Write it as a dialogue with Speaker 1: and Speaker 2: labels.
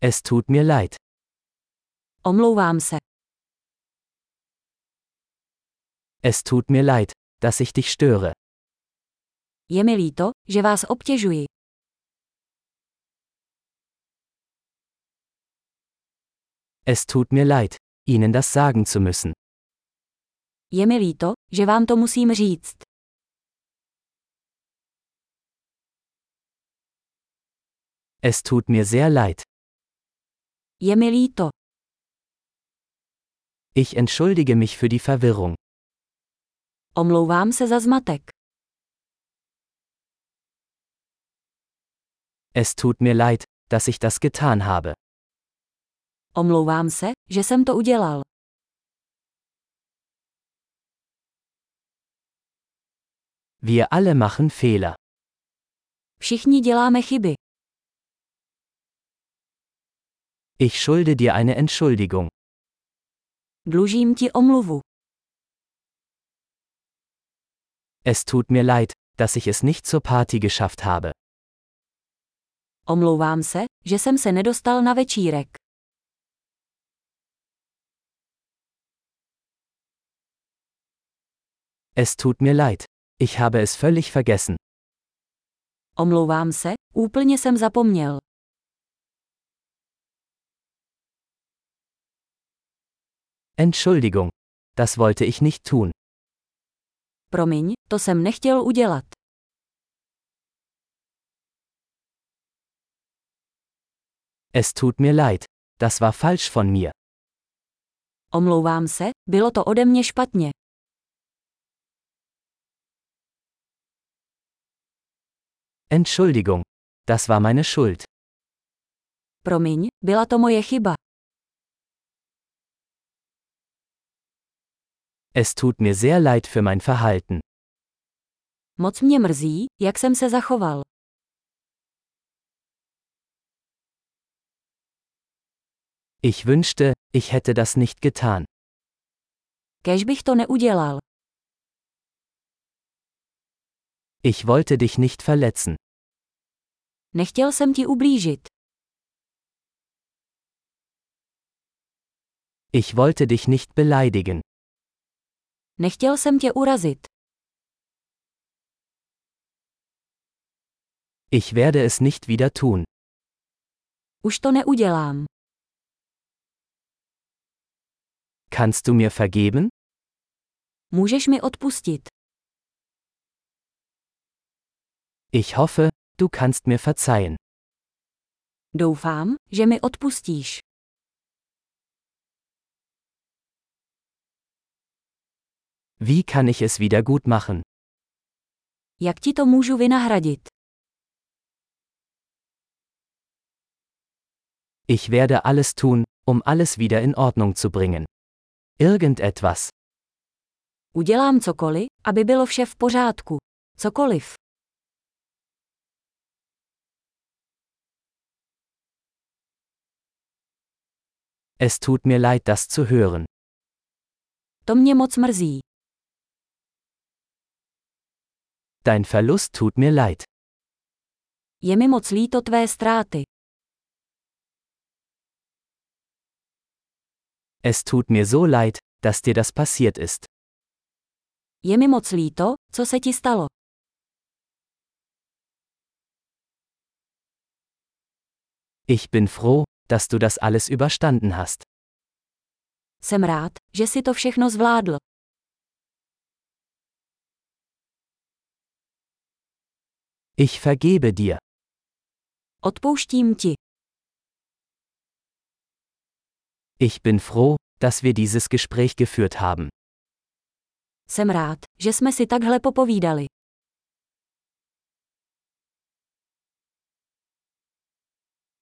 Speaker 1: Es tut mir leid.
Speaker 2: Omlouvám se.
Speaker 1: Es tut mir leid, dass ich dich störe.
Speaker 2: Je mi líto, že vás obtěžuji.
Speaker 1: Es tut mir leid, Ihnen das sagen zu müssen.
Speaker 2: Je mi líto, že vám to musím říct.
Speaker 1: Es tut mir sehr leid.
Speaker 2: Je mi líto.
Speaker 1: Ich entschuldige mich für die Verwirrung.
Speaker 2: Omlouvám se za zmatek.
Speaker 1: Es tut mir leid, dass ich das getan habe.
Speaker 2: Omlouvám se, že jsem to udělal.
Speaker 1: Wir alle machen Fehler.
Speaker 2: Všichni děláme chyby.
Speaker 1: Ich schulde dir eine Entschuldigung.
Speaker 2: Dlužím ti omluvu.
Speaker 1: Es tut mir leid, dass ich es nicht zur Party geschafft habe.
Speaker 2: Omlouvám se, že jsem se nedostal na večírek.
Speaker 1: Es tut mir leid. Ich habe es völlig vergessen.
Speaker 2: Omlouvám se, úplně jsem zapomněl.
Speaker 1: Entschuldigung. Das wollte ich nicht tun.
Speaker 2: Promiň, to jsem nechtěl udělat.
Speaker 1: Es tut mir leid. Das war falsch von mir.
Speaker 2: Omlouvám se, bylo to ode mě špatně.
Speaker 1: Entschuldigung. Das war meine Schuld.
Speaker 2: Promiň, byla to moje chyba.
Speaker 1: Es tut mir sehr leid für mein Verhalten.
Speaker 2: Moc mě mrzí, jak jsem se zachoval.
Speaker 1: Ich wünschte, ich hätte das nicht getan.
Speaker 2: Kež bych to neudělal.
Speaker 1: Ich wollte dich nicht verletzen.
Speaker 2: Nechtěl jsem ti ublížit.
Speaker 1: Ich wollte dich nicht beleidigen.
Speaker 2: Nechtěl jsem tě urazit.
Speaker 1: Ich werde es nicht wieder tun.
Speaker 2: Už to neudělám.
Speaker 1: Kannst du mir vergeben?
Speaker 2: Můžeš mi odpustit.
Speaker 1: Ich hoffe, du kannst mir verzeihen.
Speaker 2: Doufám, že mi odpustíš.
Speaker 1: Wie kann ich es wieder gut machen?
Speaker 2: Jak ti to můžu vynahradit?
Speaker 1: Ich werde alles tun, um alles wieder in Ordnung zu bringen. Irgendetwas.
Speaker 2: Udělám cokoliv, aby bylo vše v pořádku. Cokoliv.
Speaker 1: Es tut mir leid, das zu hören.
Speaker 2: To mě moc mrzí.
Speaker 1: Dein Verlust tut mir leid.
Speaker 2: Je mi moc líto tvé ztráty.
Speaker 1: Es tut mir so leid, dass dir das passiert ist.
Speaker 2: Je mi moc líto, co se ti stalo.
Speaker 1: Ich bin froh, dass du das alles überstanden hast.
Speaker 2: Jsem rád, že si to všechno zvládl.
Speaker 1: Ich vergebe dir.
Speaker 2: Odpouštím ti.
Speaker 1: Ich bin froh, dass wir dieses Gespräch geführt haben.
Speaker 2: Jsem rád, že jsme si takhle popovídali.